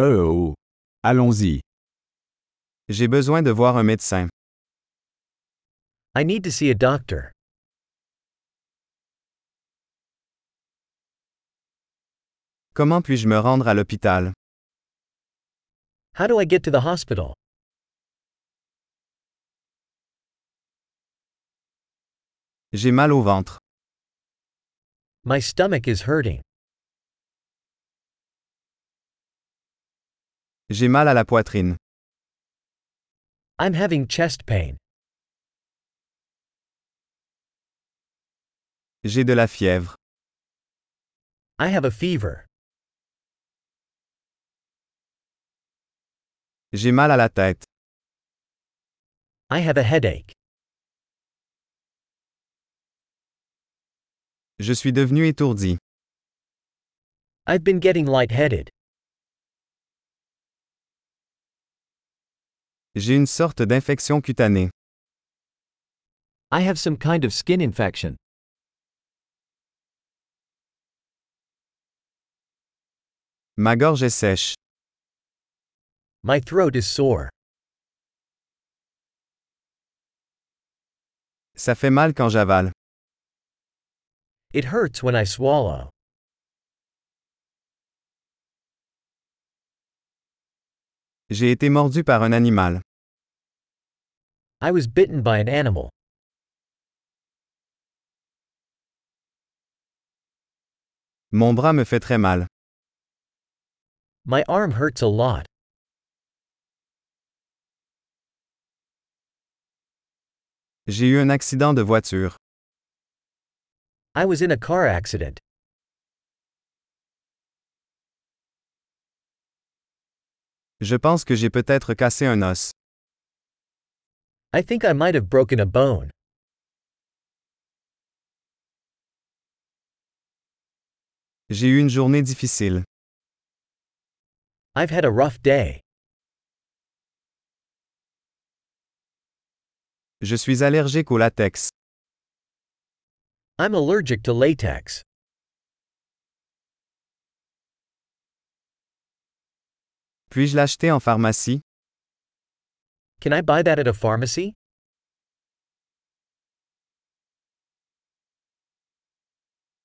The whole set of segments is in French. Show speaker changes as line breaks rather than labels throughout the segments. Euh oh. Allons-y.
J'ai besoin de voir un médecin.
I need to see a doctor.
Comment puis-je me rendre à l'hôpital?
How do I get to the hospital?
J'ai mal au ventre.
My stomach is hurting.
J'ai mal à la poitrine.
I'm having chest pain.
J'ai de la fièvre.
I have a fever.
J'ai mal à la tête.
I have a headache.
Je suis devenu étourdi.
I've been getting lightheaded.
J'ai une sorte d'infection cutanée.
I have some kind of skin infection.
Ma gorge est sèche.
My throat is sore.
Ça fait mal quand j'avale.
It hurts when I swallow.
J'ai été mordu par un animal.
I was bitten by an animal.
Mon bras me fait très mal.
My arm hurts a lot.
J'ai eu un accident de voiture.
I was in a car accident.
Je pense que j'ai peut-être cassé un os.
I think I might have broken a bone.
J'ai eu une journée difficile.
I've had a rough day.
Je suis allergique au latex.
I'm allergic to latex.
Puis-je l'acheter en pharmacie?
Can I buy that at a pharmacy?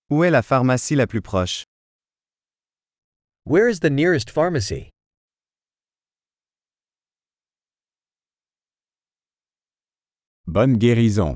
Où est la pharmacie la plus proche?
Where is the nearest pharmacy?
Bonne guérison.